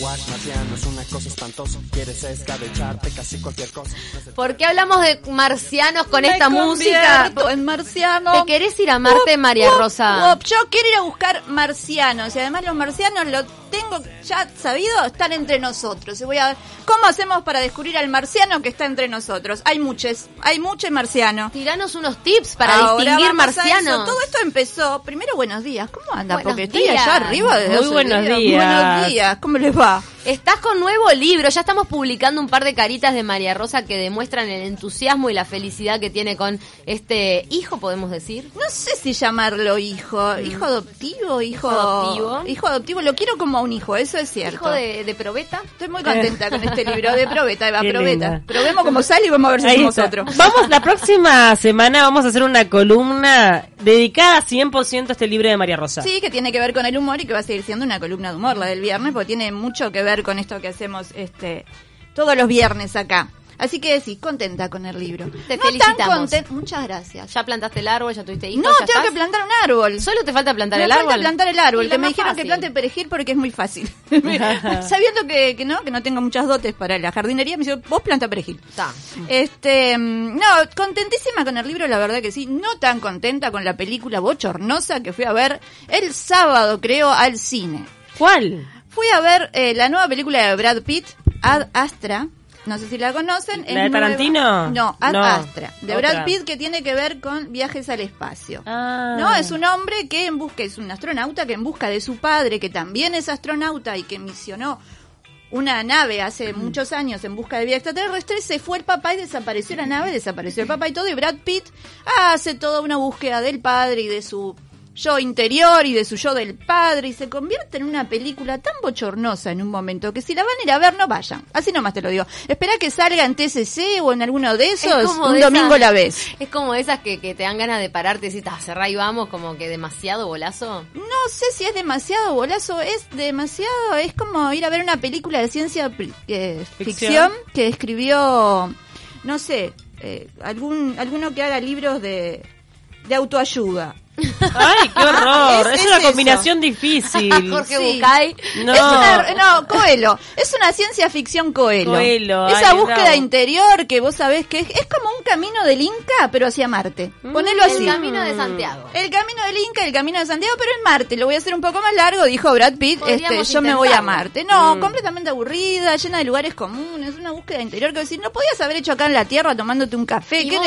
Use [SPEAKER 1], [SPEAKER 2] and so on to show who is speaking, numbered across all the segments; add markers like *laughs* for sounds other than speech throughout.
[SPEAKER 1] Wash marciano es una cosa espantosa. Quieres escabecharte casi cualquier cosa.
[SPEAKER 2] ¿Por qué hablamos de marcianos con
[SPEAKER 3] Me
[SPEAKER 2] esta música?
[SPEAKER 3] convierto En marciano.
[SPEAKER 2] ¿Te querés ir a Marte,
[SPEAKER 3] Up,
[SPEAKER 2] María
[SPEAKER 3] up,
[SPEAKER 2] Rosa?
[SPEAKER 3] up. Yo quiero ir a buscar marcianos y además los marcianos lo tengo ya sabido, están entre nosotros. Y voy a ver cómo hacemos para descubrir al marciano que está entre nosotros. Hay muchos, hay muchos marcianos.
[SPEAKER 2] Tiranos unos tips para distinguir marcianos.
[SPEAKER 3] Todo esto empezó. Primero, buenos días. ¿Cómo anda?
[SPEAKER 2] Buenos
[SPEAKER 3] Porque estoy
[SPEAKER 2] días.
[SPEAKER 3] allá arriba desde
[SPEAKER 4] Muy
[SPEAKER 3] hace
[SPEAKER 4] buenos
[SPEAKER 3] Buenos
[SPEAKER 4] días.
[SPEAKER 3] días. ¿Cómo les va?
[SPEAKER 2] Estás con nuevo libro, ya estamos publicando un par de caritas de María Rosa que demuestran el entusiasmo y la felicidad que tiene con este hijo, podemos decir.
[SPEAKER 3] No sé si llamarlo hijo, hijo adoptivo, hijo,
[SPEAKER 2] Mm. adoptivo.
[SPEAKER 3] hijo adoptivo. Lo quiero como a un hijo, eso es cierto.
[SPEAKER 2] Hijo de, de probeta.
[SPEAKER 3] Estoy muy contenta con
[SPEAKER 4] *laughs*
[SPEAKER 3] este libro de probeta, Eva,
[SPEAKER 4] Qué
[SPEAKER 3] probeta.
[SPEAKER 4] linda.
[SPEAKER 3] Probemos como sale y vamos a ver si
[SPEAKER 4] Ahí
[SPEAKER 3] somos
[SPEAKER 4] está.
[SPEAKER 3] otro.
[SPEAKER 4] Vamos, la próxima semana vamos a hacer una columna dedicada 100% a este libro de María Rosa.
[SPEAKER 3] Sí, que tiene que ver con el humor y que va a seguir siendo una columna de humor la del viernes, porque tiene mucho que ver con esto que hacemos este todos los viernes acá. Así que sí, contenta con el libro.
[SPEAKER 2] Te
[SPEAKER 3] no tan
[SPEAKER 2] felicitamos.
[SPEAKER 3] conten- Muchas gracias.
[SPEAKER 2] Ya plantaste el árbol, ya tuviste hijos.
[SPEAKER 3] no,
[SPEAKER 2] ya
[SPEAKER 3] tengo
[SPEAKER 2] estás.
[SPEAKER 3] que plantar un árbol.
[SPEAKER 2] Solo te falta plantar
[SPEAKER 3] me
[SPEAKER 2] el
[SPEAKER 3] falta
[SPEAKER 2] árbol.
[SPEAKER 3] plantar el árbol,
[SPEAKER 2] Y la
[SPEAKER 3] que me
[SPEAKER 2] más
[SPEAKER 3] dijeron que
[SPEAKER 2] fácil.
[SPEAKER 3] plante perejil porque es muy fácil. *laughs*
[SPEAKER 2] *laughs*
[SPEAKER 3] Sabiendo que, que no, que no tengo muchas dotes para la jardinería, me dijeron, vos planta perejil.
[SPEAKER 2] Está.
[SPEAKER 3] Este, mm, no, contentísima con el libro, la verdad que sí. No tan contenta con la película bochornosa que fui a ver el sábado, creo, al cine.
[SPEAKER 4] ¿Cuál?
[SPEAKER 3] Fui a ver eh, la nueva película de Brad Pitt, Ad Astra. No sé si la conocen. es
[SPEAKER 4] ¿La de
[SPEAKER 3] nueva-
[SPEAKER 4] Tarantino?
[SPEAKER 3] No, Ad
[SPEAKER 4] No,
[SPEAKER 3] Astra. De
[SPEAKER 4] otra.
[SPEAKER 3] Brad Pitt que tiene que ver con viajes al espacio.
[SPEAKER 4] Ah.
[SPEAKER 3] No, es un hombre que en busca, es un astronauta que en busca de su padre, que también es astronauta y que misionó una nave
[SPEAKER 2] Mm.
[SPEAKER 3] hace muchos años en busca de vida extraterrestre, se fue el papá y desapareció la nave, desapareció el papá y todo, y Brad Pitt hace toda una búsqueda del padre y de su yo interior y de su yo del padre y se convierte en una película tan bochornosa en un momento que si la van a ir a ver no vayan, así nomás te lo digo. Espera que salga en TCC o en alguno de
[SPEAKER 2] Es
[SPEAKER 3] esos,
[SPEAKER 2] como
[SPEAKER 3] un
[SPEAKER 2] de
[SPEAKER 3] domingo
[SPEAKER 2] esas-
[SPEAKER 3] la ves.
[SPEAKER 2] Es como esas que, que te dan ganas de pararte y decir, "Ah, cerrá y vamos, como que demasiado bolazo.
[SPEAKER 3] No sé si es demasiado bolazo, es demasiado, es como ir a ver una película de ciencia pri- eh, ficción.
[SPEAKER 4] Ficción.
[SPEAKER 3] que escribió, no sé, eh, algún alguno que haga libros de, de autoayuda.
[SPEAKER 4] Ay,
[SPEAKER 3] *laughs*
[SPEAKER 4] qué horror.
[SPEAKER 3] Es-
[SPEAKER 4] Es,
[SPEAKER 3] es
[SPEAKER 4] una
[SPEAKER 3] eso. *laughs*
[SPEAKER 4] combinación difícil.
[SPEAKER 2] *laughs* Jorge
[SPEAKER 3] Sí.
[SPEAKER 2] Bucay.
[SPEAKER 4] No.
[SPEAKER 3] Es una- no, Coelho. Es una ciencia ficción Coelho.
[SPEAKER 4] Coelho,
[SPEAKER 3] Esa
[SPEAKER 4] ay,
[SPEAKER 3] búsqueda
[SPEAKER 4] bravo.
[SPEAKER 3] interior que vos sabés que es, es como un camino del Inca, pero hacia Marte.
[SPEAKER 4] Mm.
[SPEAKER 3] Ponelo así. Mm.
[SPEAKER 2] El camino de Santiago.
[SPEAKER 3] El camino del Inca, el camino de Santiago, pero en Marte. Lo voy a hacer un poco más largo, dijo Brad Pitt.
[SPEAKER 2] Podríamos
[SPEAKER 3] Este, yo me voy a
[SPEAKER 2] intentarlo. Mm.
[SPEAKER 3] Marte. No, completamente aburrida, llena de lugares comunes, una búsqueda interior que decir, no podías haber hecho acá en la Tierra tomándote un café.
[SPEAKER 2] Y
[SPEAKER 3] ¿Qué
[SPEAKER 2] vos-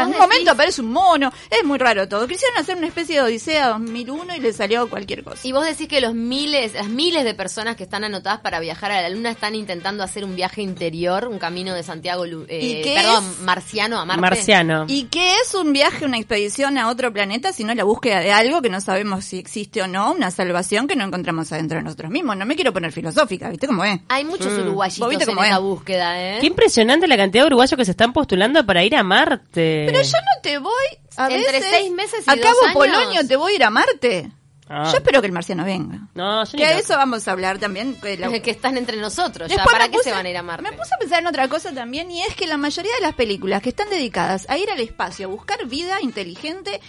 [SPEAKER 2] y vos
[SPEAKER 3] En un
[SPEAKER 2] decís-
[SPEAKER 3] momento aparece un mono. Es muy raro todo. Quisieron hacer una especie de Odisea 2001 y le salió cualquier cosa.
[SPEAKER 2] Y vos decís que los miles, las miles de personas que están anotadas para viajar a la luna están intentando hacer un viaje interior, un camino de Santiago, Lu- eh,
[SPEAKER 3] ¿Y qué
[SPEAKER 2] perdón,
[SPEAKER 3] es?
[SPEAKER 2] marciano a Marte.
[SPEAKER 4] Marciano.
[SPEAKER 3] ¿Y qué es un viaje, una expedición a otro planeta, sino la búsqueda de algo que no sabemos si existe o no, una salvación que no encontramos adentro de nosotros mismos? No me quiero poner filosófica, ¿viste cómo es?
[SPEAKER 2] Hay muchos
[SPEAKER 3] Mm. Vos
[SPEAKER 2] uruguayitos en
[SPEAKER 3] viste cómo
[SPEAKER 2] esa
[SPEAKER 3] es.
[SPEAKER 2] búsqueda, ¿eh?
[SPEAKER 4] Qué impresionante la cantidad de uruguayos que se están postulando para ir a Marte.
[SPEAKER 3] Pero yo no te voy a
[SPEAKER 2] Entre
[SPEAKER 3] veces,
[SPEAKER 2] seis meses y
[SPEAKER 3] a
[SPEAKER 2] dos
[SPEAKER 3] Cabo
[SPEAKER 2] años.
[SPEAKER 3] Polonio te voy a ir a Marte.
[SPEAKER 4] Ah.
[SPEAKER 3] Yo espero que el marciano venga.
[SPEAKER 4] No, yo ni
[SPEAKER 3] que a
[SPEAKER 4] loca.
[SPEAKER 3] eso vamos a hablar también. que la-
[SPEAKER 2] *laughs* que están entre nosotros ya.
[SPEAKER 3] Después
[SPEAKER 2] ¿Para
[SPEAKER 3] me
[SPEAKER 2] qué
[SPEAKER 3] puse-
[SPEAKER 2] se van a ir a Marte?
[SPEAKER 3] Me puse a pensar en otra cosa también y es que la mayoría de las películas que están dedicadas a ir al espacio, a buscar vida inteligente,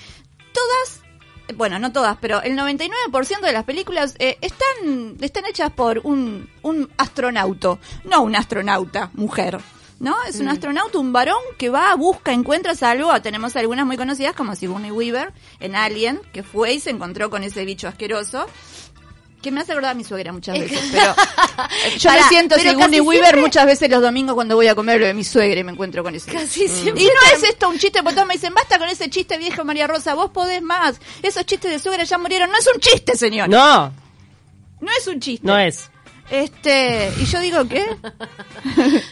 [SPEAKER 3] todas, bueno, no todas, pero el 99% de las películas eh, están, están hechas por un, un astronauta, no un astronauta, mujer. ¿No? Es un astronauta, un varón que va, busca, encuentra algo. Tenemos algunas muy conocidas como Sigourney Weaver en Alien, que fue y se encontró con ese bicho asqueroso, que me hace acordar a mi suegra muchas veces, pero *laughs* yo me
[SPEAKER 2] Pará,
[SPEAKER 3] siento
[SPEAKER 2] pero
[SPEAKER 3] Sigourney
[SPEAKER 2] casi
[SPEAKER 3] Weaver
[SPEAKER 2] siempre-
[SPEAKER 3] muchas veces los domingos cuando voy a comer lo de mi suegra y me encuentro con eso.
[SPEAKER 2] Casi siempre
[SPEAKER 3] Y no
[SPEAKER 2] te-
[SPEAKER 3] es esto un chiste, porque todos me dicen, basta con ese chiste viejo María Rosa, vos podés más. Esos chistes de suegra ya murieron. No es un chiste, señor. No,
[SPEAKER 4] No,
[SPEAKER 3] es un chiste.
[SPEAKER 4] no es.
[SPEAKER 3] Este, y yo digo, ¿qué?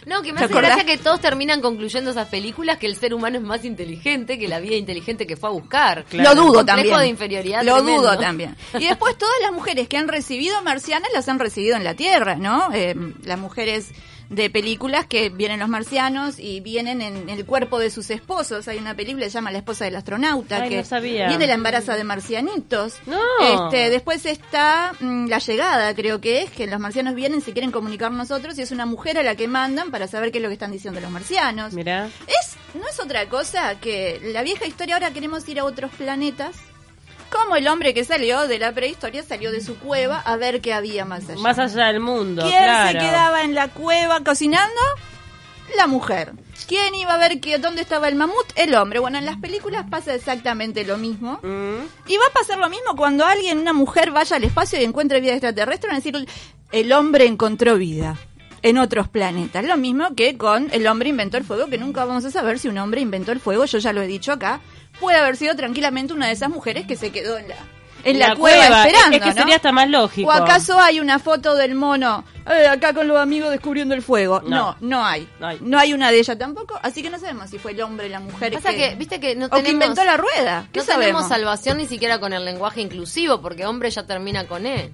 [SPEAKER 2] No, que me
[SPEAKER 3] ¿Te
[SPEAKER 2] hace
[SPEAKER 3] acordás?
[SPEAKER 2] gracia que todos terminan concluyendo esas películas que el ser humano es más inteligente que la vida inteligente que fue a buscar.
[SPEAKER 3] Lo dudo
[SPEAKER 2] Complejo
[SPEAKER 3] también.
[SPEAKER 2] de inferioridad
[SPEAKER 3] Lo
[SPEAKER 2] tremendo.
[SPEAKER 3] dudo también. Y después todas las mujeres que han recibido marcianas las han recibido en la Tierra, ¿no? Eh, las mujeres de películas que vienen los marcianos y vienen en el cuerpo de sus esposos. Hay una película que se llama La esposa del astronauta
[SPEAKER 4] Ay,
[SPEAKER 3] que
[SPEAKER 4] no sabía.
[SPEAKER 3] viene la embaraza de marcianitos.
[SPEAKER 4] No.
[SPEAKER 3] Este, después está mm, La llegada, creo que es, que los marcianos vienen se quieren comunicar con nosotros y es una mujer a la que mandan para saber qué es lo que están diciendo los marcianos.
[SPEAKER 4] Mirá.
[SPEAKER 3] Es, no es otra cosa que la vieja historia, ahora queremos ir a otros planetas. Como el hombre que salió de la prehistoria salió de su cueva a ver qué había más allá.
[SPEAKER 4] Más allá del mundo.
[SPEAKER 3] ¿Quién
[SPEAKER 4] claro.
[SPEAKER 3] se quedaba en la cueva cocinando? La mujer. ¿Quién iba a ver que, dónde estaba el mamut? El hombre. Bueno, en las películas pasa exactamente lo mismo.
[SPEAKER 4] Mm.
[SPEAKER 3] Y va a pasar lo mismo cuando alguien, una mujer, vaya al espacio y encuentre vida extraterrestre. Van a decir, el hombre encontró vida en otros planetas. Lo mismo que con el hombre inventó el fuego, que nunca vamos a saber si un hombre inventó el fuego. Yo ya lo he dicho acá. Puede haber sido tranquilamente una de esas mujeres que se quedó en la, en la, cueva, esperando.
[SPEAKER 4] Es que
[SPEAKER 3] ¿no?
[SPEAKER 4] sería hasta más lógico.
[SPEAKER 3] ¿O acaso hay una foto del mono eh, acá con los amigos descubriendo el fuego?
[SPEAKER 4] No.
[SPEAKER 3] No, no, hay.
[SPEAKER 4] No hay.
[SPEAKER 3] No hay una de ellas tampoco, así que no sabemos si fue el hombre, la mujer.
[SPEAKER 2] Pasa que, viste que no
[SPEAKER 3] o que
[SPEAKER 2] tenemos,
[SPEAKER 3] inventó la rueda. ¿Qué
[SPEAKER 2] no tenemos
[SPEAKER 3] sabemos?
[SPEAKER 2] salvación ni siquiera con el lenguaje inclusivo, porque hombre ya termina con E.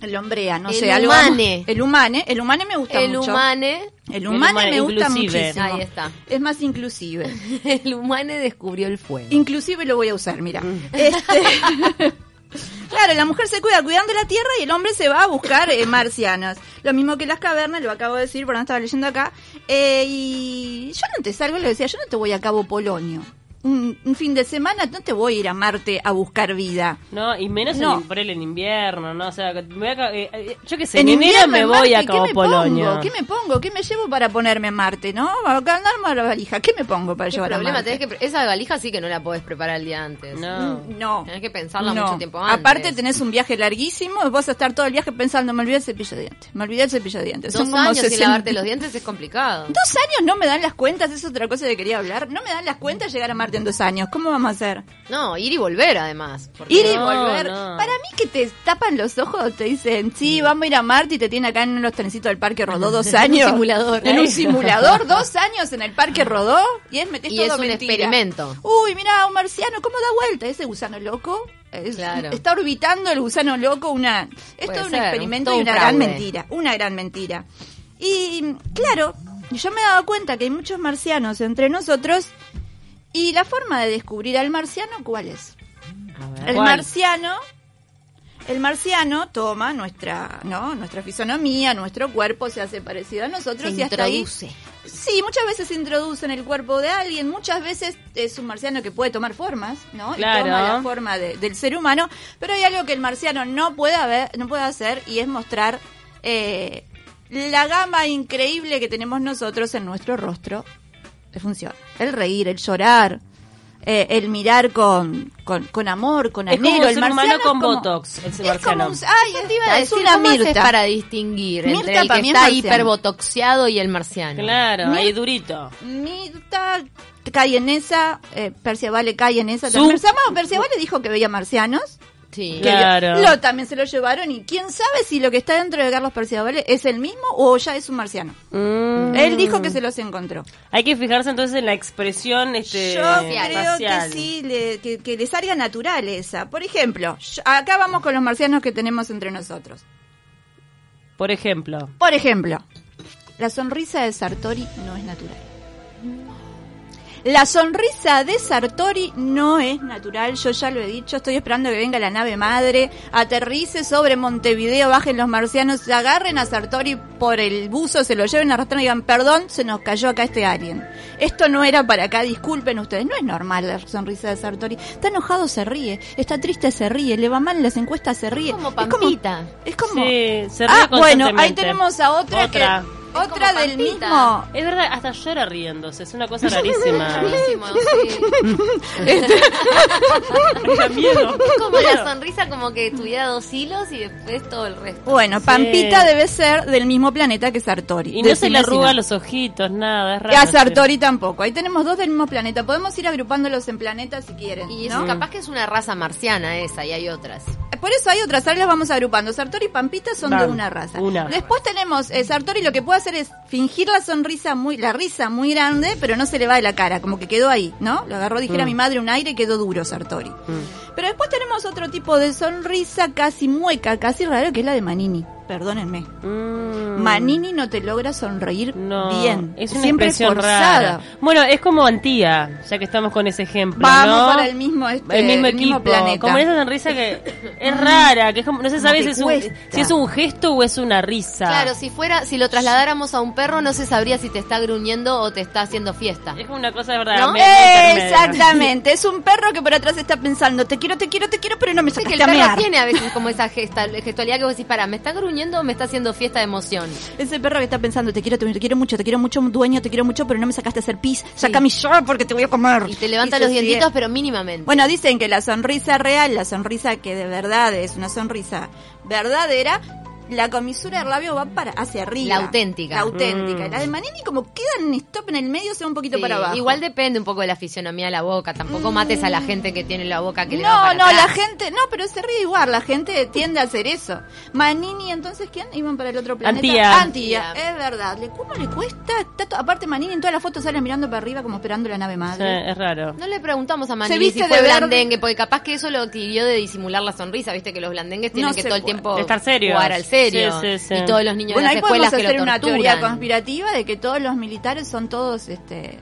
[SPEAKER 3] El hombrea, no
[SPEAKER 2] El
[SPEAKER 3] sé, algo.
[SPEAKER 2] humane.
[SPEAKER 3] El humane. El humane me gusta
[SPEAKER 2] El
[SPEAKER 3] mucho.
[SPEAKER 2] humane, *laughs*
[SPEAKER 3] El humane
[SPEAKER 4] humane,
[SPEAKER 3] me gusta
[SPEAKER 4] inclusive.
[SPEAKER 3] muchísimo.
[SPEAKER 2] Ahí está.
[SPEAKER 3] Es más inclusive.
[SPEAKER 2] el humane descubrió el fuego.
[SPEAKER 3] Inclusive lo voy a usar, mira.
[SPEAKER 2] Mm.
[SPEAKER 3] Este,
[SPEAKER 2] *laughs*
[SPEAKER 3] claro, la mujer se cuida cuidando la tierra y el hombre se va a buscar eh, marcianos. Lo mismo que las cavernas, lo acabo de decir, pero no estaba leyendo acá. Eh, y yo no te salgo, lo decía, yo no te voy a Cabo Polonio. Un, un fin de semana no te voy a ir a Marte a buscar vida.
[SPEAKER 4] No, y menos
[SPEAKER 3] No.
[SPEAKER 4] en, por el en invierno, ¿no? O sea, me voy a ca- eh, eh, yo qué sé,
[SPEAKER 3] En
[SPEAKER 4] en, enero
[SPEAKER 3] invierno
[SPEAKER 4] me
[SPEAKER 3] en
[SPEAKER 4] voy a
[SPEAKER 3] Marte,
[SPEAKER 4] Cabo
[SPEAKER 3] ¿qué me
[SPEAKER 4] Polonio.
[SPEAKER 3] Pongo? ¿Qué me pongo? ¿Qué me llevo para ponerme en Marte, no? A calmarme la valija. ¿Qué me pongo para
[SPEAKER 2] ¿Qué
[SPEAKER 3] llevar a
[SPEAKER 2] problema
[SPEAKER 3] Marte?
[SPEAKER 2] tenés que pre- esa valija sí que no la podés preparar el día antes.
[SPEAKER 4] No.
[SPEAKER 3] Mm, No.
[SPEAKER 2] Tenés que pensarla
[SPEAKER 3] No.
[SPEAKER 2] mucho tiempo antes.
[SPEAKER 3] Aparte tenés un viaje larguísimo, vas a estar todo el viaje pensando, me olvidé el cepillo de dientes, me olvidé el cepillo de dientes. Son
[SPEAKER 2] dos
[SPEAKER 3] como
[SPEAKER 2] años
[SPEAKER 3] 60.
[SPEAKER 2] sin lavarte los dientes es complicado.
[SPEAKER 3] Dos años no me dan las cuentas, es otra cosa que quería hablar. No me dan las cuentas llegar a Marte en dos años. ¿Cómo vamos a hacer?
[SPEAKER 2] No, ir y volver además. porque-
[SPEAKER 3] Ir y
[SPEAKER 4] No,
[SPEAKER 3] volver.
[SPEAKER 4] no.
[SPEAKER 3] Para mí que te tapan los ojos, te dicen, sí, vamos a ir a Marte y te tienen acá en los trencitos del Parque
[SPEAKER 2] *laughs*
[SPEAKER 3] Rodó dos años.
[SPEAKER 2] simulador.
[SPEAKER 3] En un
[SPEAKER 2] Ahí.
[SPEAKER 3] simulador, dos años en el Parque Rodó y es, metés
[SPEAKER 2] Y
[SPEAKER 3] todo
[SPEAKER 2] es un
[SPEAKER 3] mentira.
[SPEAKER 2] experimento.
[SPEAKER 3] Uy, mira, un marciano, ¿cómo da vuelta ese gusano loco? es-
[SPEAKER 2] Claro.
[SPEAKER 3] Está orbitando el gusano loco una... Es
[SPEAKER 2] Puede
[SPEAKER 3] todo un
[SPEAKER 2] ser,
[SPEAKER 3] experimento
[SPEAKER 2] todo
[SPEAKER 3] y
[SPEAKER 2] un
[SPEAKER 3] una gran
[SPEAKER 2] fraude.
[SPEAKER 3] mentira. Una gran mentira. Y claro, yo me he dado cuenta que hay muchos marcianos entre nosotros y la forma de descubrir al marciano, ¿cuál es?
[SPEAKER 4] A ver,
[SPEAKER 3] El
[SPEAKER 4] ¿cuál?
[SPEAKER 3] marciano, el marciano toma nuestra, ¿no? Nuestra fisonomía, nuestro cuerpo se hace parecido a
[SPEAKER 2] Se
[SPEAKER 3] nosotros y hasta ahí.
[SPEAKER 2] introduce.
[SPEAKER 3] Sí, muchas veces se introduce en el cuerpo de alguien, muchas veces es un marciano que puede tomar formas, ¿no?
[SPEAKER 4] Claro.
[SPEAKER 3] Y toma la forma de- del ser humano, pero hay algo que el marciano no puede haber, no puede hacer y es mostrar eh, la gama increíble que tenemos nosotros en nuestro rostro de función. El reír, el llorar, eh, el mirar con, con, con amor, con
[SPEAKER 4] Es
[SPEAKER 3] anhelo.
[SPEAKER 4] como un
[SPEAKER 3] el
[SPEAKER 4] ser humano
[SPEAKER 3] marciano es
[SPEAKER 4] con
[SPEAKER 3] como-
[SPEAKER 4] botox, el
[SPEAKER 3] es
[SPEAKER 4] marciano.
[SPEAKER 3] como un- ay,
[SPEAKER 2] Te iba a
[SPEAKER 3] esta, es
[SPEAKER 2] decir,
[SPEAKER 3] una
[SPEAKER 2] ¿cómo haces
[SPEAKER 3] Mirta.
[SPEAKER 2] para distinguir entre
[SPEAKER 3] Mirta
[SPEAKER 2] el
[SPEAKER 3] para
[SPEAKER 2] que
[SPEAKER 3] mí es
[SPEAKER 2] está
[SPEAKER 3] marciano.
[SPEAKER 2] hiperbotoxiado y el marciano?
[SPEAKER 4] Claro,
[SPEAKER 3] Mira.
[SPEAKER 4] ahí durito.
[SPEAKER 3] Mirta cae en esa, eh, Perciavale cae en esa.
[SPEAKER 4] Su-
[SPEAKER 3] también. Perciavale- Perciavale dijo que veía marcianos.
[SPEAKER 2] Sí.
[SPEAKER 3] que
[SPEAKER 4] Claro.
[SPEAKER 3] Lo también se lo llevaron y quién sabe si lo que está dentro de Carlos Perciavale es el mismo o ya es un marciano.
[SPEAKER 4] Mm.
[SPEAKER 3] Él dijo que se los encontró.
[SPEAKER 4] Hay que fijarse entonces en la expresión este,
[SPEAKER 3] yo creo
[SPEAKER 4] facial.
[SPEAKER 3] que sí, le- que, que le salga natural esa. Por ejemplo, yo- acá vamos con los marcianos que tenemos entre nosotros.
[SPEAKER 4] Por ejemplo.
[SPEAKER 3] Por ejemplo, la sonrisa de Sartori no es natural. La sonrisa de Sartori no es natural, yo ya lo he dicho, estoy esperando que venga la nave madre, aterrice sobre Montevideo, bajen los marcianos, se agarren a Sartori por el buzo, se lo lleven a arrastrando y digan, perdón, se nos cayó acá este alien. Esto no era para acá, disculpen ustedes, no es normal la sonrisa de Sartori. Está enojado, se ríe, está triste, se ríe, le va mal en las encuestas, se ríe.
[SPEAKER 2] Es como
[SPEAKER 3] Es como-
[SPEAKER 2] Pampita.
[SPEAKER 3] Es como,
[SPEAKER 4] Sí, se ríe
[SPEAKER 3] ah, bueno, ahí
[SPEAKER 4] constantemente.
[SPEAKER 3] tenemos a otra,
[SPEAKER 4] Otra.
[SPEAKER 3] que otra
[SPEAKER 2] como
[SPEAKER 3] del mismo.
[SPEAKER 2] Pampita.
[SPEAKER 4] Es verdad, hasta llora riéndose, es una cosa rarísima.
[SPEAKER 2] Buenísimo, sí.
[SPEAKER 3] *laughs*
[SPEAKER 4] Da
[SPEAKER 3] *laughs*
[SPEAKER 4] miedo.
[SPEAKER 2] Es como la sonrisa como que tuviera dos hilos y después todo el resto.
[SPEAKER 3] Bueno, Pampita debe ser del mismo planeta que Sartori.
[SPEAKER 4] Y no se
[SPEAKER 3] Decime
[SPEAKER 4] le
[SPEAKER 3] si
[SPEAKER 4] arruga
[SPEAKER 3] no.
[SPEAKER 4] los ojitos, nada, es
[SPEAKER 3] Y
[SPEAKER 4] raro.
[SPEAKER 3] a Sartori tampoco. Ahí tenemos dos del mismo planeta. Podemos ir agrupándolos en planetas si quieren.
[SPEAKER 2] Y eso
[SPEAKER 3] ¿no?
[SPEAKER 2] capaz que es una raza marciana esa y hay otras.
[SPEAKER 3] Por eso hay otras, ahora las vamos agrupando. Sartori y Pampita son de
[SPEAKER 4] Van,
[SPEAKER 3] una raza.
[SPEAKER 4] una.
[SPEAKER 3] Después tenemos, eh, Sartori lo que puede hacer es fingir la sonrisa muy, la risa muy grande, pero no se le va de la cara, como que quedó ahí, ¿no? Lo agarró, dijera
[SPEAKER 4] Mm.
[SPEAKER 3] mi madre, un aire y quedó duro Sartori. Pero después tenemos otro tipo de sonrisa casi mueca, casi raro, que es la de Manini. perdónenme.
[SPEAKER 4] Mm.
[SPEAKER 3] Manini no te logra sonreír
[SPEAKER 4] No,
[SPEAKER 3] bien.
[SPEAKER 4] es una
[SPEAKER 3] Siempre
[SPEAKER 4] expresión
[SPEAKER 3] forzada.
[SPEAKER 4] rara. Bueno, es como Antía, ya que estamos con ese ejemplo,
[SPEAKER 3] Vamos
[SPEAKER 4] ¿no?
[SPEAKER 3] para el mismo, este,
[SPEAKER 4] el mismo
[SPEAKER 3] el mismo
[SPEAKER 4] equipo,
[SPEAKER 3] planeta.
[SPEAKER 4] como esa sonrisa que es rara, que es como, no se
[SPEAKER 3] Como
[SPEAKER 4] sabe
[SPEAKER 3] que
[SPEAKER 4] si es, un,
[SPEAKER 3] cuesta.
[SPEAKER 4] si es un gesto o es una risa.
[SPEAKER 2] Claro, si fuera, si lo trasladáramos a un perro, no se sabría si te está gruñendo o te está haciendo fiesta.
[SPEAKER 4] Es como una cosa de verdad.
[SPEAKER 2] ¿No?
[SPEAKER 4] media intermedia.
[SPEAKER 3] Eh, Exactamente, es un perro que por atrás está pensando, te quiero, te quiero, te quiero, pero no me
[SPEAKER 2] Viste
[SPEAKER 3] sacaste
[SPEAKER 2] que el
[SPEAKER 3] a mear.
[SPEAKER 2] perro tiene a veces como esa gesta- gestualidad que vos decís, para, ¿me está gruñendo o me está haciendo fiesta de emoción?
[SPEAKER 3] Ese perro que está pensando, te quiero, te, te quiero mucho, te quiero mucho, dueño, te quiero mucho, pero no me sacaste a hacer pis, saca mi short porque te voy a comer.
[SPEAKER 2] Y te levanta
[SPEAKER 3] Y se
[SPEAKER 2] los
[SPEAKER 3] sigue.
[SPEAKER 2] dientitos, pero mínimamente.
[SPEAKER 3] Bueno, dicen que la sonrisa real, la sonrisa que de verdad es una sonrisa verdadera, la comisura del labio va para hacia arriba.
[SPEAKER 2] La auténtica.
[SPEAKER 3] La auténtica.
[SPEAKER 4] Mm.
[SPEAKER 3] La de Manini como queda en stop en el medio, se va un poquito
[SPEAKER 2] Sí,
[SPEAKER 3] para abajo.
[SPEAKER 2] Igual depende un poco de la fisionomía de la boca. Tampoco mates a la gente que tiene la boca que le va
[SPEAKER 3] No,
[SPEAKER 2] para
[SPEAKER 3] no,
[SPEAKER 2] atrás.
[SPEAKER 3] la gente, no, pero se ríe igual, la gente tiende a hacer eso. Manini, entonces, ¿quién? Iban para el otro planeta.
[SPEAKER 4] Antía.
[SPEAKER 3] Antía, es verdad. ¿Le- ¿Cómo le cuesta? Está to- Aparte, Manini en todas las fotos sale mirando para arriba como esperando la nave
[SPEAKER 4] Sí,
[SPEAKER 3] madre.
[SPEAKER 4] es raro.
[SPEAKER 2] No le preguntamos a
[SPEAKER 3] Se
[SPEAKER 2] Manini
[SPEAKER 3] viste
[SPEAKER 2] si fue
[SPEAKER 3] de verde.
[SPEAKER 2] blandengue, porque capaz que eso lo adquirió de disimular la sonrisa, viste que los blandengues tienen
[SPEAKER 3] No
[SPEAKER 2] que
[SPEAKER 3] se
[SPEAKER 2] todo el
[SPEAKER 3] puede.
[SPEAKER 2] tiempo
[SPEAKER 4] Estar serios.
[SPEAKER 2] jugar al serio.
[SPEAKER 4] Sí, sí, sí.
[SPEAKER 2] Y todos los niños
[SPEAKER 3] Bueno,
[SPEAKER 2] de las
[SPEAKER 3] ahí podemos
[SPEAKER 2] escuelas que
[SPEAKER 3] hacer
[SPEAKER 2] lo
[SPEAKER 3] una teoría
[SPEAKER 2] torturan.
[SPEAKER 3] conspirativa de que todos los militares son todos, este,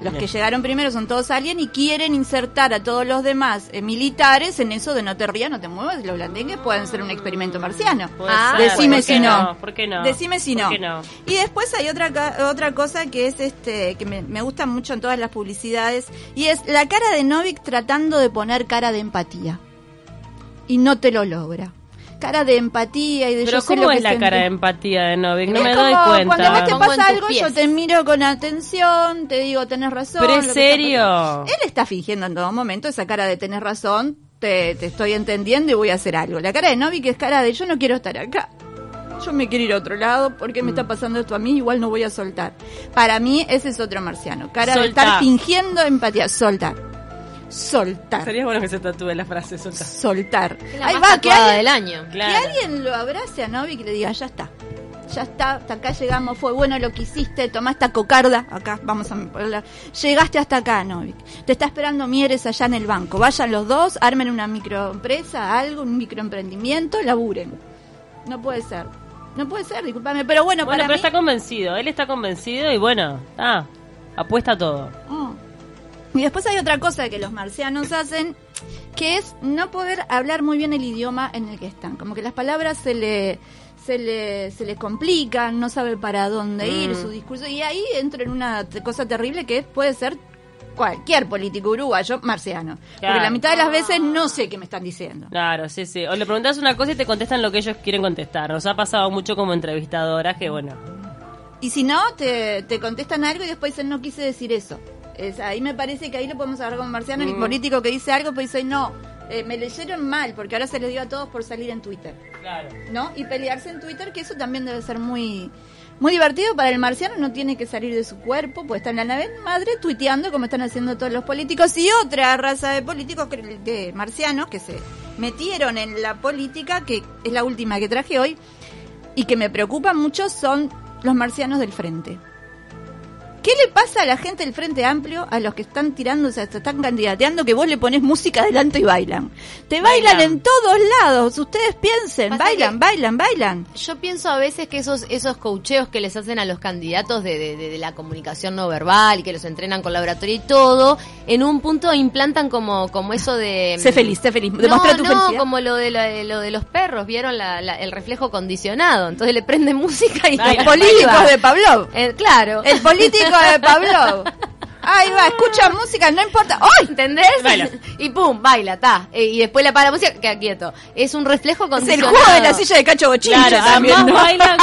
[SPEAKER 3] los que
[SPEAKER 4] Bien.
[SPEAKER 3] llegaron primero son todos alien y quieren insertar a todos los demás eh, militares en eso de no te rías, no te muevas, los blandengues pueden ser un experimento marciano.
[SPEAKER 4] Puede
[SPEAKER 2] Ah,
[SPEAKER 4] ser,
[SPEAKER 3] decime
[SPEAKER 4] ¿por
[SPEAKER 3] si
[SPEAKER 4] qué
[SPEAKER 3] no.
[SPEAKER 4] ¿Por qué no?
[SPEAKER 3] Decime si
[SPEAKER 4] ¿Por
[SPEAKER 3] no.
[SPEAKER 4] qué no?
[SPEAKER 3] Y después hay otra ca- otra cosa que es este que me, me gusta mucho en todas las publicidades y es la cara de Novik tratando de poner cara de empatía y no te lo logra. Cara de empatía y de yo
[SPEAKER 4] Pero
[SPEAKER 3] sé lo
[SPEAKER 4] ¿cómo
[SPEAKER 3] que
[SPEAKER 4] es la
[SPEAKER 3] sentí.
[SPEAKER 4] cara de empatía de Novik? No
[SPEAKER 3] Es
[SPEAKER 4] me
[SPEAKER 3] como
[SPEAKER 4] doy
[SPEAKER 3] Cuando a vos
[SPEAKER 4] cuenta.
[SPEAKER 3] te
[SPEAKER 2] Pongo en
[SPEAKER 3] pasa
[SPEAKER 2] tus
[SPEAKER 3] algo, yo
[SPEAKER 2] pies.
[SPEAKER 3] te miro con atención, te digo, tenés razón.
[SPEAKER 4] Pero
[SPEAKER 3] lo
[SPEAKER 4] es
[SPEAKER 3] que está
[SPEAKER 4] serio.
[SPEAKER 3] pasando. Él está fingiendo en todo momento esa cara de tenés razón, te, te estoy entendiendo y voy a hacer algo. La cara de Novi que es cara de yo no quiero estar acá. Yo me quiero ir a otro lado porque me está pasando esto a mí, igual no voy a soltar. Para mí ese es otro marciano. Cara de
[SPEAKER 4] Soltá.
[SPEAKER 3] estar fingiendo empatía. Soltar. Soltar.
[SPEAKER 4] Sería bueno que se tatúe la frase suelta.
[SPEAKER 3] Soltar.
[SPEAKER 2] Es la
[SPEAKER 3] Ahí
[SPEAKER 2] más
[SPEAKER 3] va, que
[SPEAKER 2] tatuada
[SPEAKER 3] alguien-
[SPEAKER 2] del año.
[SPEAKER 4] Claro.
[SPEAKER 3] que alguien lo abrace a Novi y que le diga, ya está. Ya está, hasta acá llegamos, fue bueno lo que hiciste, tomá esta cocarda, acá vamos a ponerla. Llegaste hasta acá, Novik. Te está esperando Mieres allá en el banco. Vayan los dos, armen una microempresa, algo, un microemprendimiento, laburen. No puede ser. No puede ser, discúlpame. Pero bueno,
[SPEAKER 4] Bueno,
[SPEAKER 3] para
[SPEAKER 4] pero
[SPEAKER 3] mí...
[SPEAKER 4] está convencido. Él está convencido y bueno, ah, apuesta a todo.
[SPEAKER 3] Oh. Y después hay otra cosa que los marcianos hacen, que es no poder hablar muy bien el idioma en el que están. Como que las palabras se le se le, se le complican, no sabe para dónde ir su discurso. Y ahí entra en una te- cosa terrible que puede ser cualquier político uruguayo marciano.
[SPEAKER 4] Claro.
[SPEAKER 3] Porque la mitad de las veces no sé qué me están diciendo.
[SPEAKER 4] Claro, sí, sí. O le preguntas una cosa y te contestan lo que ellos quieren contestar. Nos ha pasado mucho como entrevistadoras que, bueno,
[SPEAKER 3] Y si no, te, te contestan algo y después dicen, no quise decir eso. Es, ahí me parece que ahí lo podemos hablar con Marciano, el político que dice algo, pues dice, no, eh, me leyeron mal, porque ahora se les dio a todos por salir en Twitter,
[SPEAKER 4] claro.
[SPEAKER 3] ¿no? Y pelearse en Twitter, que eso también debe ser muy... Muy divertido para el marciano, no tiene que salir de su cuerpo, pues está en la nave madre tuiteando como están haciendo todos los políticos y otra raza de políticos, que- de marcianos, que se metieron en la política, que es la última que traje hoy, y que me preocupa mucho son los marcianos del frente. ¿Qué le pasa a la gente del Frente Amplio, a los que están tirándose, se están candidateando, que vos le pones música adelante y bailan? Te bailan,
[SPEAKER 4] Bailan.
[SPEAKER 3] en todos lados, ustedes piensen,
[SPEAKER 2] Pasa
[SPEAKER 3] bailan,
[SPEAKER 2] que-
[SPEAKER 3] bailan, bailan.
[SPEAKER 2] Yo pienso a veces que esos esos coacheos que les hacen a los candidatos de, de- de- de la comunicación no verbal y que los entrenan con laboratorio y todo, en un punto implantan como, como eso
[SPEAKER 4] Em,
[SPEAKER 2] de...
[SPEAKER 3] Sé feliz, sé feliz,
[SPEAKER 2] No,
[SPEAKER 3] demuestra tu
[SPEAKER 2] no,
[SPEAKER 3] felicidad.
[SPEAKER 2] como lo de, la- lo de los perros, vieron la- la- el reflejo condicionado. Entonces le prenden música y los
[SPEAKER 4] Bailan.
[SPEAKER 3] Políticos Ah, de Pablo.
[SPEAKER 4] Eh,
[SPEAKER 2] Eh, claro.
[SPEAKER 3] El político
[SPEAKER 2] *laughs*
[SPEAKER 3] de
[SPEAKER 4] *laughs*
[SPEAKER 3] Pablo. Ahí va, escucha música, no importa. ¡Ay!
[SPEAKER 2] ¿Entendés?
[SPEAKER 4] Baila.
[SPEAKER 2] Y pum, baila, ta. Eh, Y después le para la música, queda quieto. Es un reflejo
[SPEAKER 3] Es el
[SPEAKER 2] condicionado.
[SPEAKER 3] juego de la silla de Cacho Bochinche
[SPEAKER 4] Claro,
[SPEAKER 3] también,
[SPEAKER 4] además
[SPEAKER 3] ¿no? *laughs*
[SPEAKER 4] bailan,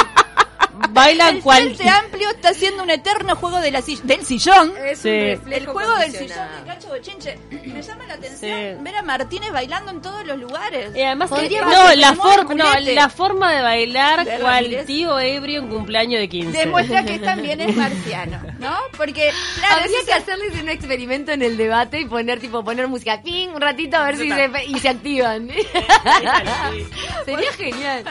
[SPEAKER 4] bailan
[SPEAKER 3] El
[SPEAKER 4] cual...
[SPEAKER 3] Frente Amplio está haciendo un eterno juego de la sill- del sillón.
[SPEAKER 2] Es
[SPEAKER 4] Sí.
[SPEAKER 2] un
[SPEAKER 3] El
[SPEAKER 2] reflejo
[SPEAKER 3] juego del sillón
[SPEAKER 2] condicionado.
[SPEAKER 3] de Cacho Bochinche. Me llama la atención
[SPEAKER 4] Sí.
[SPEAKER 3] ver a Martínez bailando en todos los lugares.
[SPEAKER 4] Y además que-
[SPEAKER 3] Podríamos
[SPEAKER 4] no,
[SPEAKER 3] hacer
[SPEAKER 4] la
[SPEAKER 3] que se mueva el
[SPEAKER 4] forma, no,
[SPEAKER 3] culete.
[SPEAKER 4] la forma de bailar
[SPEAKER 3] De
[SPEAKER 4] cual
[SPEAKER 3] Ramírez.
[SPEAKER 4] tío ebrio en cumpleaños de 15. *laughs*
[SPEAKER 3] Demuestra que también es marciano, ¿no? Porque, claro,
[SPEAKER 2] Habría
[SPEAKER 3] ese
[SPEAKER 2] que
[SPEAKER 3] es el-
[SPEAKER 2] hacerles un experimento en el debate y poner tipo poner música ping un ratito a ver si se, y se activan. Sería genial.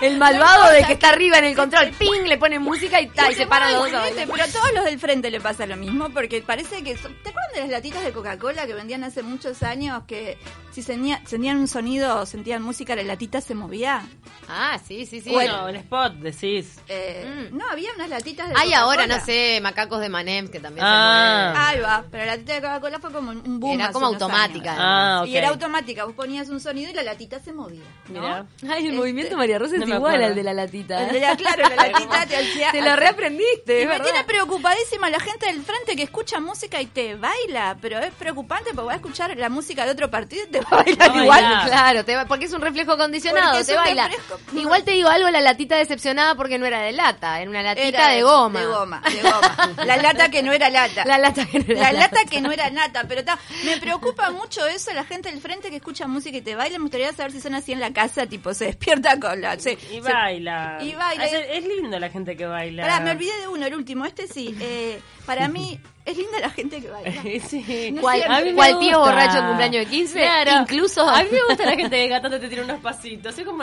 [SPEAKER 2] El malvado de que está arriba en el control, ping, le ponen música y, ta, y se paran los dos. a
[SPEAKER 3] este Pero a todos los del frente le pasa lo mismo, porque parece que... son- ¿Te acuerdas de las latitas de Coca-Cola que vendían hace muchos años que si senía- tenían un sonido o sentían música, la latita se movía?
[SPEAKER 2] Ah, sí, sí, sí.
[SPEAKER 4] Bueno, un spot, decís.
[SPEAKER 3] Eh,
[SPEAKER 2] Mm.
[SPEAKER 3] No, había unas latitas de
[SPEAKER 2] Hay ahora,
[SPEAKER 3] Coca-Cola.
[SPEAKER 2] no sé, macacos de Manem que también
[SPEAKER 4] Ah.
[SPEAKER 3] Ahí va, pero la latita de Coca-Cola fue como un boom.
[SPEAKER 2] Era
[SPEAKER 3] hace
[SPEAKER 2] como
[SPEAKER 3] unos
[SPEAKER 2] automática.
[SPEAKER 3] años.
[SPEAKER 4] Ah, ok.
[SPEAKER 3] Y era automática, vos ponías un sonido y la latita se movía. ¿no?
[SPEAKER 4] Mirá.
[SPEAKER 5] Ay, el
[SPEAKER 3] Este,
[SPEAKER 5] movimiento María Rosa
[SPEAKER 4] no
[SPEAKER 5] es
[SPEAKER 4] me
[SPEAKER 5] igual
[SPEAKER 4] acuerdo.
[SPEAKER 5] al de la latita.
[SPEAKER 3] El de la- claro, la latita te
[SPEAKER 2] *laughs*
[SPEAKER 3] hacía.
[SPEAKER 5] Te lo reaprendiste,
[SPEAKER 3] Y
[SPEAKER 5] es
[SPEAKER 3] me
[SPEAKER 5] verdad.
[SPEAKER 3] tiene preocupadísima la gente del frente que escucha música y te baila, pero es preocupante porque va a escuchar la música de otro partido y te *laughs* va a bailar
[SPEAKER 4] No,
[SPEAKER 3] igual.
[SPEAKER 4] bailá.
[SPEAKER 2] Igual, claro, te va- porque es un reflejo condicionado,
[SPEAKER 3] Porque es
[SPEAKER 2] te
[SPEAKER 3] un
[SPEAKER 2] baila.
[SPEAKER 3] refresco.
[SPEAKER 2] Igual te digo algo, la latita decepcionada porque no era de lata, era una latita de goma.
[SPEAKER 3] De goma,
[SPEAKER 2] *laughs*
[SPEAKER 3] de goma. La lata que no era lata.
[SPEAKER 2] La lata que no era
[SPEAKER 3] La
[SPEAKER 2] lata.
[SPEAKER 3] lata que no era nata, pero ta, me preocupa mucho eso, la gente del frente que escucha música y te baila, me gustaría saber si son así en la casa, tipo, se despierta con la... se- se-
[SPEAKER 4] Y baila. Ah,
[SPEAKER 3] Y baila.
[SPEAKER 4] Es, es lindo la gente que baila.
[SPEAKER 3] Pará, me olvidé de uno, el último, este sí. Eh, para mí, es linda la gente que baila.
[SPEAKER 4] *laughs* sí.
[SPEAKER 3] No
[SPEAKER 2] Cual,
[SPEAKER 3] siempre.
[SPEAKER 4] A mí me
[SPEAKER 2] cual tío
[SPEAKER 4] gusta.
[SPEAKER 2] borracho en cumpleaños de 15,
[SPEAKER 4] Claro.
[SPEAKER 2] incluso.
[SPEAKER 4] *laughs* A mí me gusta la gente que gatando te tira unos pasitos, es como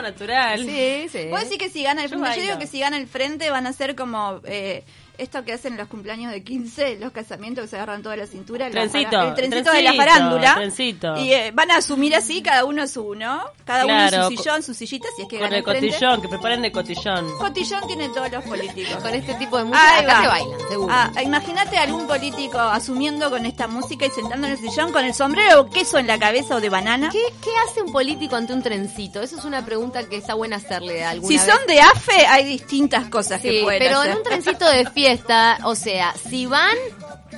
[SPEAKER 2] *laughs*
[SPEAKER 4] natural.
[SPEAKER 2] Sí, sí.
[SPEAKER 3] Puedo decir que si gana el
[SPEAKER 4] Yo
[SPEAKER 3] frente, yo, digo
[SPEAKER 4] bailo.
[SPEAKER 3] que si gana el frente van a ser como eh, esto que hacen los cumpleaños de 15, los casamientos que se agarran toda la cintura. la
[SPEAKER 4] Trencito,
[SPEAKER 3] fara- el trencito, de la
[SPEAKER 4] trencito,
[SPEAKER 3] farándula.
[SPEAKER 4] trencito.
[SPEAKER 3] Y eh, van a asumir así, cada uno su, ¿no? Cada uno
[SPEAKER 4] Claro,
[SPEAKER 3] su sillón, sus sillitas, si es que
[SPEAKER 4] Con
[SPEAKER 3] gana
[SPEAKER 4] el
[SPEAKER 3] el frente.
[SPEAKER 4] cotillón, que preparen de cotillón.
[SPEAKER 3] Cotillón tiene todos los políticos.
[SPEAKER 2] Con este tipo de música
[SPEAKER 3] Ahí
[SPEAKER 2] acá
[SPEAKER 3] va.
[SPEAKER 2] se bailan, seguro.
[SPEAKER 3] Ah, imagínate algún político asumiendo con esta música y sentando en el sillón con el sombrero o queso en la cabeza o de banana.
[SPEAKER 2] ¿Qué, qué hace un político ante un trencito? Eso es una pregunta que está buena hacerle a alguna
[SPEAKER 3] Si
[SPEAKER 2] vez.
[SPEAKER 3] son de AFE, hay distintas *laughs* cosas
[SPEAKER 2] Sí,
[SPEAKER 3] que pueden
[SPEAKER 2] pero
[SPEAKER 3] hacer.
[SPEAKER 2] en un trencito de fiesta, o sea, si van,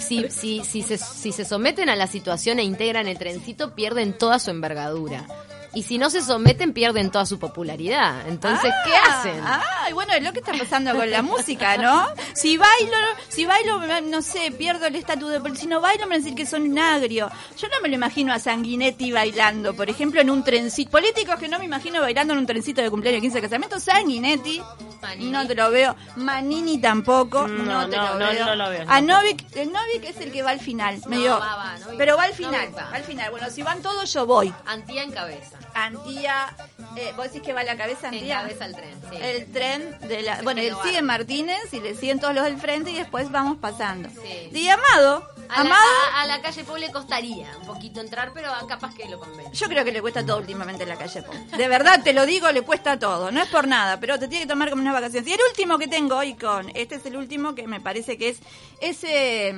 [SPEAKER 2] si, si, si, se, si se someten a la situación e integran el trencito, pierden toda su envergadura. Y si no se someten, pierden toda su popularidad. Entonces, ¿qué
[SPEAKER 3] Ah,
[SPEAKER 2] hacen?
[SPEAKER 3] Ah, y bueno, es lo que está pasando con la música, ¿no? Si bailo, si bailo, me- no sé, pierdo el estatus de... pero Si no bailo, me van a decir que son un agrio. Yo no me lo imagino a Sanguinetti bailando, por ejemplo, en un trencito. Políticos que no me imagino bailando en un trencito de cumpleaños 15 de casamiento. Sanguinetti,
[SPEAKER 2] Manini.
[SPEAKER 3] no te lo veo. Manini tampoco, no,
[SPEAKER 4] No,
[SPEAKER 3] te
[SPEAKER 4] no,
[SPEAKER 3] lo
[SPEAKER 4] no,
[SPEAKER 3] veo.
[SPEAKER 4] no lo veo,
[SPEAKER 3] A
[SPEAKER 4] tampoco.
[SPEAKER 3] Novik, el Novik es el que va al final, medio...
[SPEAKER 2] va, va, Novik.
[SPEAKER 3] pero va al final,
[SPEAKER 2] Novik va.
[SPEAKER 3] va al final. Bueno, si van todos, yo voy.
[SPEAKER 2] Antía en cabeza.
[SPEAKER 3] Antía, eh, vos decís que va la cabeza Antía.
[SPEAKER 2] al tren,
[SPEAKER 3] El tren de la.
[SPEAKER 2] Se
[SPEAKER 3] Bueno, él
[SPEAKER 2] quedó
[SPEAKER 3] sigue Martínez y le siguen todos los del frente y después vamos pasando.
[SPEAKER 2] Sí.
[SPEAKER 3] Y Amado,
[SPEAKER 2] A la,
[SPEAKER 3] Amado,
[SPEAKER 2] a- a la calle Pobre le costaría un poquito entrar, pero capaz que lo convence.
[SPEAKER 3] yo creo que le cuesta todo últimamente en la calle Pou. De verdad, te lo digo, le cuesta todo. No es por nada, pero te tiene que tomar como unas vacaciones. Y el último que tengo hoy con. Este es el último que me parece que es. Ese.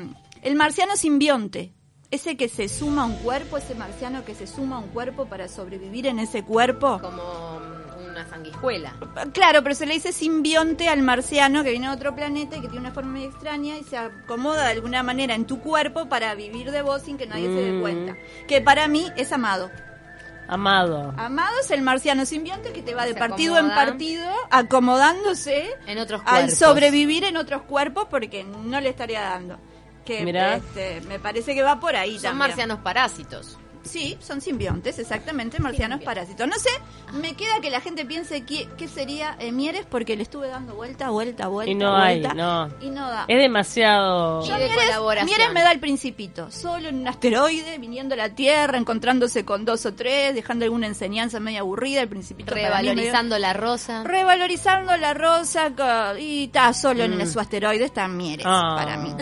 [SPEAKER 3] El marciano simbionte. Ese que se suma a un cuerpo, ese marciano que se suma a un cuerpo para sobrevivir en ese cuerpo.
[SPEAKER 2] Como mm, una sanguijuela.
[SPEAKER 3] Claro, pero se le dice simbionte al marciano que viene de otro planeta y que tiene una forma medio extraña y se acomoda de alguna manera en tu cuerpo para vivir de vos sin que nadie se dé
[SPEAKER 4] Mm.
[SPEAKER 3] cuenta. Que para mí es amado.
[SPEAKER 4] Amado.
[SPEAKER 3] Amado es el marciano simbionte que te va de
[SPEAKER 2] Se
[SPEAKER 3] partido en
[SPEAKER 2] acomoda.
[SPEAKER 3] partido acomodándose
[SPEAKER 2] En otros
[SPEAKER 3] al
[SPEAKER 2] cuerpos.
[SPEAKER 3] sobrevivir en otros cuerpos porque no le estaría dando. Que
[SPEAKER 4] Mirá.
[SPEAKER 3] este, me parece que va por ahí
[SPEAKER 2] Son
[SPEAKER 3] también.
[SPEAKER 2] marcianos parásitos.
[SPEAKER 3] Sí, son simbiontes, exactamente, marcianos parásitos. No sé, me queda que la gente piense qué, qué sería eh, Mieres porque le estuve dando vuelta, vuelta, vuelta.
[SPEAKER 4] Y no hay,
[SPEAKER 3] vuelta,
[SPEAKER 4] no.
[SPEAKER 3] Y no da.
[SPEAKER 4] Es demasiado.
[SPEAKER 3] Yo
[SPEAKER 2] Y de
[SPEAKER 3] Mieres,
[SPEAKER 2] colaboración.
[SPEAKER 3] Mieres me da el principito, solo en un asteroide, viniendo a la Tierra, encontrándose con dos o tres, dejando alguna enseñanza medio aburrida, el principito. para mí
[SPEAKER 2] Revalorizando la rosa.
[SPEAKER 3] medio- Revalorizando la rosa co- y está solo en su asteroide, está Mieres
[SPEAKER 4] Mm. Ah,
[SPEAKER 3] para mí.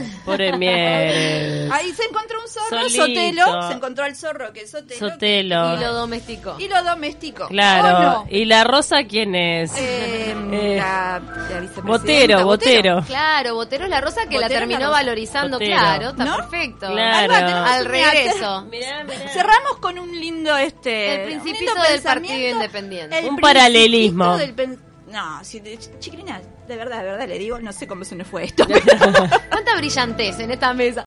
[SPEAKER 3] *laughs*
[SPEAKER 4] Pobre Mieres.
[SPEAKER 3] Ahí se encontró un zorro,
[SPEAKER 4] Solito.
[SPEAKER 3] Sotelo, se encontró al zorro que es Sotelo. que-
[SPEAKER 4] Sotelo.
[SPEAKER 2] Y lo domesticó.
[SPEAKER 3] Y lo domesticó.
[SPEAKER 4] Claro.
[SPEAKER 3] ¿O no?
[SPEAKER 4] ¿Y la rosa quién es?
[SPEAKER 3] Eh,
[SPEAKER 4] *laughs* Eh,
[SPEAKER 3] la- la vicepresidenta
[SPEAKER 4] Botero, Botero.
[SPEAKER 2] Claro, Botero es la rosa que
[SPEAKER 3] Botero
[SPEAKER 2] la
[SPEAKER 3] es la
[SPEAKER 2] terminó
[SPEAKER 3] rosa.
[SPEAKER 2] valorizando,
[SPEAKER 4] Botero.
[SPEAKER 2] claro, está
[SPEAKER 3] ¿No?
[SPEAKER 2] perfecto.
[SPEAKER 4] Claro.
[SPEAKER 3] Alba, tenemos
[SPEAKER 2] Al
[SPEAKER 3] un
[SPEAKER 2] regreso.
[SPEAKER 4] Mirá, mirá.
[SPEAKER 3] Cerramos con un lindo este.
[SPEAKER 2] El principito
[SPEAKER 3] un lindo
[SPEAKER 2] del
[SPEAKER 3] pensamiento,
[SPEAKER 2] Partido Independiente.
[SPEAKER 3] el
[SPEAKER 4] Un
[SPEAKER 3] principito
[SPEAKER 4] paralelismo.
[SPEAKER 3] del pen- no, si de,
[SPEAKER 2] *laughs*
[SPEAKER 3] chiquilina, de verdad, de verdad le digo, no sé cómo se nos fue esto. *laughs*
[SPEAKER 2] Cuánta brillantez en esta mesa.